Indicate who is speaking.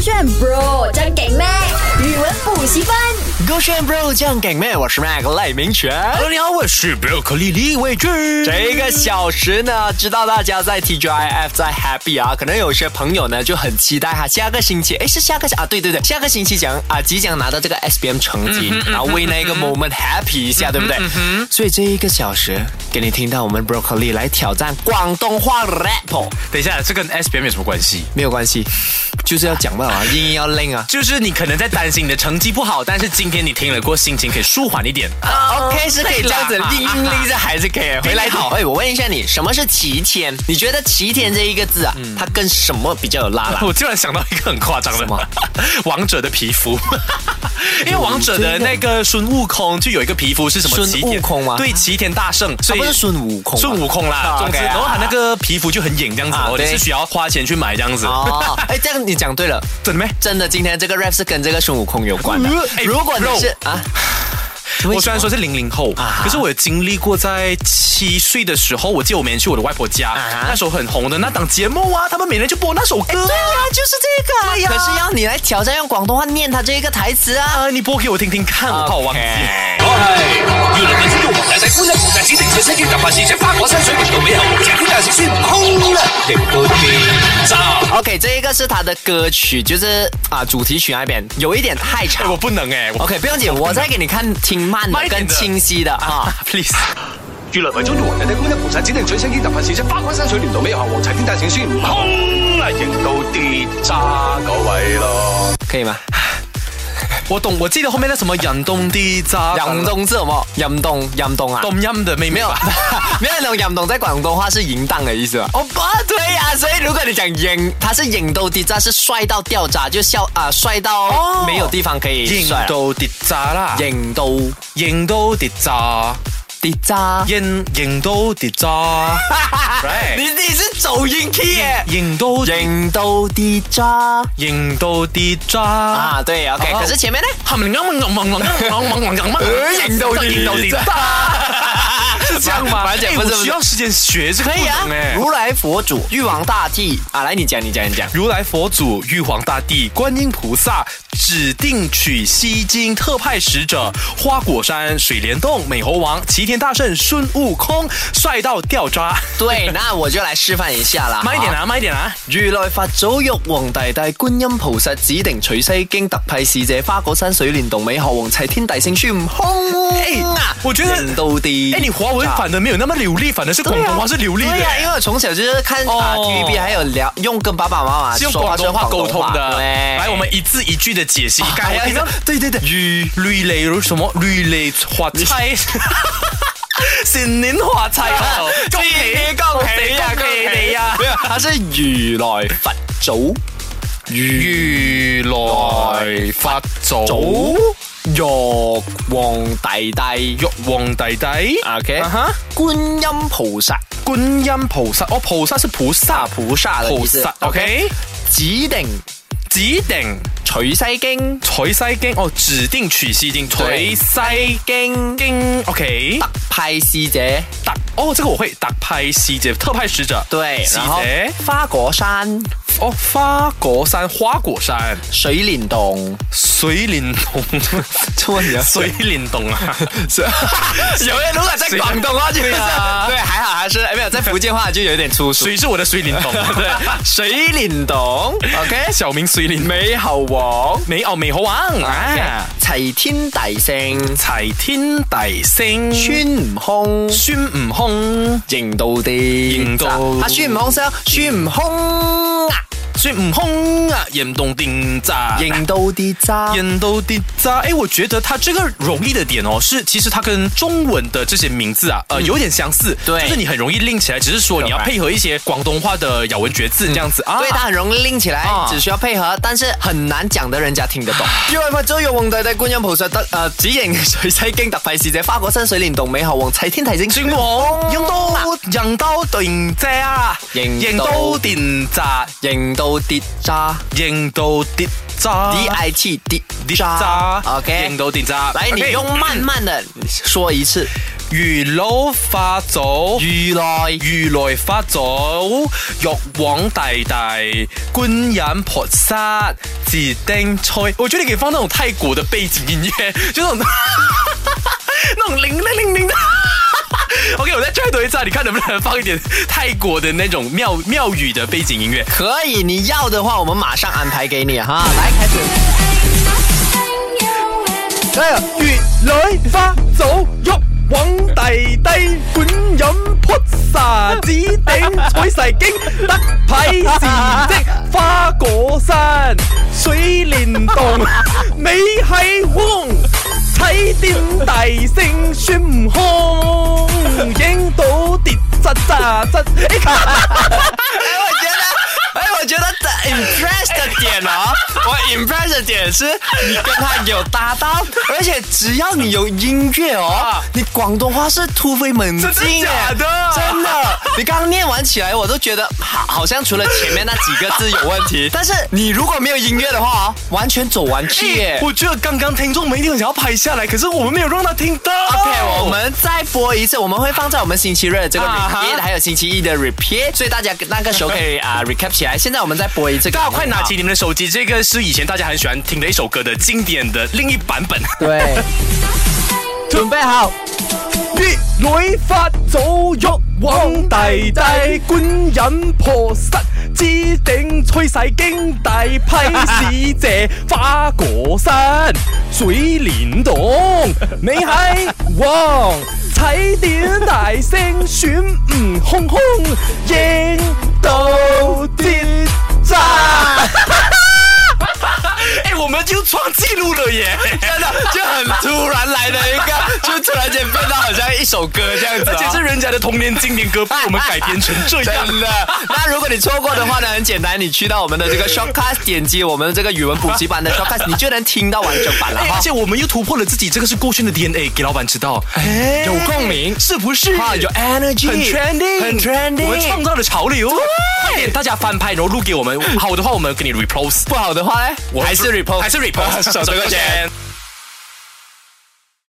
Speaker 1: 炫 Bro 真给力，语文补习班。
Speaker 2: 勾选 bro 酱给妹，我是 Mac 赖明全。
Speaker 3: Hello，你好，我是 Broccoli 李伟俊。
Speaker 2: 这个小时呢，知道大家在 TGIF 在 Happy 啊，可能有些朋友呢就很期待哈，下个星期，哎，是下个啊，对对对，下个星期将啊即将拿到这个 SBM 成绩，然后为那个 moment happy 一下，对不对？所以这一个小时给你听到我们 Broccoli 来挑战广东话 rap，
Speaker 3: 等一下，这跟 S B M 有什么关系？
Speaker 2: 没有关系，就是要讲到啊，硬硬要拎啊。
Speaker 3: 就是你可能在担心你的成绩不好，但是今天你听了过，心情可以舒缓一点。
Speaker 2: 啊，OK，是可以这样子
Speaker 3: 对啦
Speaker 2: 硬硬立 着还是可以。回来好，哎，我问一下你，什么是齐天？你觉得齐天这一个字啊，
Speaker 3: 嗯
Speaker 2: 它跟什么比较有拉拉？
Speaker 3: 我突然想到一个很夸张的
Speaker 2: 什么，
Speaker 3: 王者的 皮肤，因为王者的那个孙悟空就有一个皮肤是什么？
Speaker 2: 孙
Speaker 3: 齐天
Speaker 2: 悟空吗
Speaker 3: 对，齐天大圣，
Speaker 2: 它
Speaker 3: 所以
Speaker 2: 啊不是孙悟空吗，
Speaker 3: 孙悟空啦
Speaker 2: 啊。
Speaker 3: 总之，
Speaker 2: OK 啊
Speaker 3: 然后他那个皮肤就很隐这样子
Speaker 2: 啊
Speaker 3: 哦，你
Speaker 2: 对
Speaker 3: 是需要花钱去买这样子。
Speaker 2: 哦，哎，这样你讲对了。
Speaker 3: 真的没？
Speaker 2: 真的，今天这个 rap 是跟这个孙悟空有关的啊
Speaker 3: 呃。哎
Speaker 2: 如果你是啊，为什么
Speaker 3: 我虽然说是零零后，
Speaker 2: 啊哈
Speaker 3: 可是我有经历过，在七岁的时候，我记得我每天去我的外婆家，
Speaker 2: 啊哈
Speaker 3: 那时候很红的那档节目啊，他们每天就播那首歌啊、
Speaker 2: 对哎呀，就是这个。啊可是要你来挑战用广东话念他这一个台词啊。
Speaker 3: 啊，你播给我听听看，我怕我忘记。
Speaker 4: 我係耀龍眼珠用黃大仔官一黃大指定斜身穿白事只花果山水明道尾後龍脊天大小孫悟空啦，亦都變渣。
Speaker 2: OK，这一个是他的歌曲，就是啊主题曲那边有一点太
Speaker 3: 哎、
Speaker 2: 长
Speaker 3: 我。不能哎、我
Speaker 2: OK，不用紧，我再给你看听慢
Speaker 3: 慢
Speaker 2: 的
Speaker 3: 一点
Speaker 2: 跟
Speaker 3: 的
Speaker 2: 清晰的啊。
Speaker 3: please，
Speaker 4: 如來文中用黃大仔官一菩薩指定取身肩突拍四只花果山水簾道尾後黃齊天大聖孫悟空啦，亦到跌渣嗰位咯。
Speaker 2: 可以吗？
Speaker 3: 我懂，我记得后面那什么杨东的渣，
Speaker 2: 杨东是什么？杨东，杨东啊？
Speaker 3: 东音的妹
Speaker 2: 没
Speaker 3: 妹
Speaker 2: 有
Speaker 3: 吧，
Speaker 2: 没有那种杨东在广东话是淫荡的意思吧？哦不对呀、所以如果你讲淫，他是淫兜底渣，是帅到掉渣，就笑啊、帅到
Speaker 3: 哦
Speaker 2: 没有地方可以啊
Speaker 3: 影
Speaker 2: 帅了。
Speaker 3: 都的渣啦，
Speaker 2: 淫兜
Speaker 3: 影都的渣，
Speaker 2: 底渣，
Speaker 3: 影影都的渣，
Speaker 2: 你你是走音 key 耶？
Speaker 3: 影都
Speaker 2: 淫兜底渣
Speaker 3: 影都的渣啊。
Speaker 2: 啊，对，OK，、
Speaker 3: 哦
Speaker 2: 可是前面呢？
Speaker 3: 他们刚刚刚刚刚刚刚刚刚
Speaker 2: 呃引导你
Speaker 3: 是这样吗？
Speaker 2: 完全
Speaker 3: 哎
Speaker 2: 不是
Speaker 3: 我需要时间学这个
Speaker 2: 可以啊
Speaker 3: 不能哎，
Speaker 2: 如来佛祖、玉皇大帝啊，来你讲，你讲，你讲。
Speaker 3: 如来佛祖、玉皇大帝、观音菩萨指定取西经特派使者、花果山水帘洞、美猴王、齐天大圣、孙悟空，帅到掉渣！
Speaker 2: 对，那我就来示范一下啦。
Speaker 3: 慢一点
Speaker 2: 好
Speaker 3: 啊，慢一点啊！
Speaker 2: 如來佛祖、玉皇大帝、觀音菩薩指定取西經特派使者花果山水簾洞尾何王齊天大聖孫悟空。啊
Speaker 3: 哎我覺得
Speaker 2: 人到底
Speaker 3: 哎，你华文反而没有那么流利，反而是广东话是流利的。哎
Speaker 2: 对啊呀、因为我从小就是看啊
Speaker 3: 哦
Speaker 2: TVB，还有聊用跟爸爸妈妈
Speaker 3: 是用
Speaker 2: 说
Speaker 3: 啊广
Speaker 2: 是用
Speaker 3: 东话啊沟通的。
Speaker 2: 对
Speaker 3: 哎来，我们一字一句的解析。刚
Speaker 2: 还
Speaker 3: 才
Speaker 2: 要
Speaker 3: 我听到，
Speaker 2: 对对对，
Speaker 3: 绿绿蕾如什么绿蕾花菜。 新年花菜哦，恭喜恭喜
Speaker 2: 啊
Speaker 3: 呀恭喜你啊呀！
Speaker 2: 没有，他是如來佛祖、
Speaker 3: 如来佛
Speaker 2: 祖、玉皇大帝、
Speaker 3: 玉皇大帝
Speaker 2: OK，、
Speaker 3: 啊哈，
Speaker 2: 觀音菩薩。
Speaker 3: 观音菩萨哦，菩萨是啊菩萨，
Speaker 2: 菩萨的意
Speaker 3: 菩
Speaker 2: 思
Speaker 3: 萨。OK，
Speaker 2: 指定
Speaker 3: 指定
Speaker 2: 取西经，
Speaker 3: 取西经哦，指定取西经，
Speaker 2: 对
Speaker 3: 取西
Speaker 2: 经
Speaker 3: 经。OK，
Speaker 2: 派使者，
Speaker 3: 打哦，这个我会打派使者，特派使者。
Speaker 2: 对，
Speaker 3: 使
Speaker 2: 然后
Speaker 3: 者
Speaker 2: 花果山
Speaker 3: 哦，花果山，花果山，
Speaker 2: 水帘洞，
Speaker 3: 水帘 洞，
Speaker 2: 错你啊
Speaker 3: 水帘 洞啊，
Speaker 2: 有人如果在广东话就是
Speaker 3: 对啊
Speaker 2: 对，还好还是哎没有在福建话就有点粗俗。
Speaker 3: 水是我的水帘 洞，对，
Speaker 2: 水帘洞，OK，
Speaker 3: 小明水帘
Speaker 2: 美猴王，
Speaker 3: 美哦美猴王啊，
Speaker 2: 齐天大圣，
Speaker 3: 齊天大聖，
Speaker 2: 孙悟空。
Speaker 3: 孫悟空，
Speaker 2: 认到的，
Speaker 3: 認到
Speaker 2: 啊！孙悟空声，孙悟空啊，
Speaker 3: 孫悟空啊，人洞定咋？
Speaker 2: 认到的渣，
Speaker 3: 人都滴渣，哎，我觉得它这个容易的点哦，是其实它跟中文的这些名字啊，呃，有点相似，
Speaker 2: 嗯对
Speaker 3: 就是你很容易拎起来，只是说你要
Speaker 2: 明白
Speaker 3: 配合一些广东话的咬文嚼字这样子啊。
Speaker 2: 对，它很容易拎起来，
Speaker 3: 啊
Speaker 2: 只需要配合，但是很难讲得人家听得懂。因为佛祖玉皇大帝观音菩萨得誒指形水西經特派使者花果山水簾洞美猴王齊天提升孫
Speaker 3: 孫王，人都人都定啊渣，
Speaker 2: 人都
Speaker 3: 人都定渣，
Speaker 2: 認到啊跌渣
Speaker 3: 人都滴渣
Speaker 2: ，D I T 跌
Speaker 3: 滴
Speaker 2: 渣
Speaker 3: 渣
Speaker 2: ，OK
Speaker 3: 人。都定渣。
Speaker 2: 来，你
Speaker 3: OK
Speaker 2: 用慢慢的说一次，
Speaker 3: 魚佬化早。
Speaker 2: 如来
Speaker 3: 如來佛祖、玉皇大帝、觀音菩薩、紫丁吹，我觉得你可以放那种泰国的背景音乐，就那种 那种铃铃铃铃 的。OK，我再 try 多一次啊，你看能不能放一点泰国的那种庙庙宇的背景音乐？
Speaker 2: 可以，你要的话，我们马上安排给你哈。来，开始。
Speaker 3: 哎呀，如来佛祖、玉皇大帝、觀音菩薩、紫頂取世經，得派是即花果山、水簾洞、美係翁。睇點大聖孫悟空，影到跌扎扎扎。哎
Speaker 2: 哎，我觉得，哎，我觉得的 impress 的点哦， 我 impress 的点是你跟他有搭档，而且只要你有音乐哦
Speaker 3: 啊，
Speaker 2: 你广东话是突飞猛进哎
Speaker 3: 真的假的
Speaker 2: 真的。你刚刚念完起来，我都觉得好，好像除了前面那几个字有问 题，但是你如果没有音乐的话哦，完全走完去耶。
Speaker 3: 我觉得刚刚听众们一定很想要拍下来，可是我们没有让他听到。哦
Speaker 2: OK，我们再播一次，我们会放在我们星期日的这个
Speaker 3: 啊哈
Speaker 2: repeat，、还有星期一的 repeat，所以大家那个时候可以啊、recap 起来。现在我们再播一次，
Speaker 3: 大家啊快拿起你们的手机，这个是以前大家很喜欢听的一首歌的经典的另一版本。
Speaker 2: 对，准备好。
Speaker 3: 如来佛祖、玉皇大帝、观音菩薩、指定吹世經、大批使者、花果山、水簾洞，你係王，睇點大聲孫悟空空，影到跌渣。哎，我们就创纪录了耶！
Speaker 2: 真的 就很突然来的一个，就突然间变到好像一首歌这样子、 啊
Speaker 3: 而 且是
Speaker 2: 是。
Speaker 3: 人家的童年经典歌，被我们改编成这 样。
Speaker 2: 真的，那如果你错过的话呢，很简单，你去到我们的这个 shortcast，点击我们的这个语文补习班的 shortcast，你就能听到完整版了
Speaker 3: 哎
Speaker 2: 哈
Speaker 3: 而。且我们又突破了自己，这个是过去的 DNA，给老板知道，哎，有共鸣，是不是？
Speaker 2: 啊有 energy，
Speaker 3: 很 trendy，
Speaker 2: 很 trendy
Speaker 3: 我们创造了潮流。快点，大家翻拍，然后录给我们。好的话，我们给你 repost；
Speaker 2: 不好的话呢，
Speaker 3: 我
Speaker 2: 还是 report，
Speaker 3: 还是 repost。
Speaker 2: 手这个钱。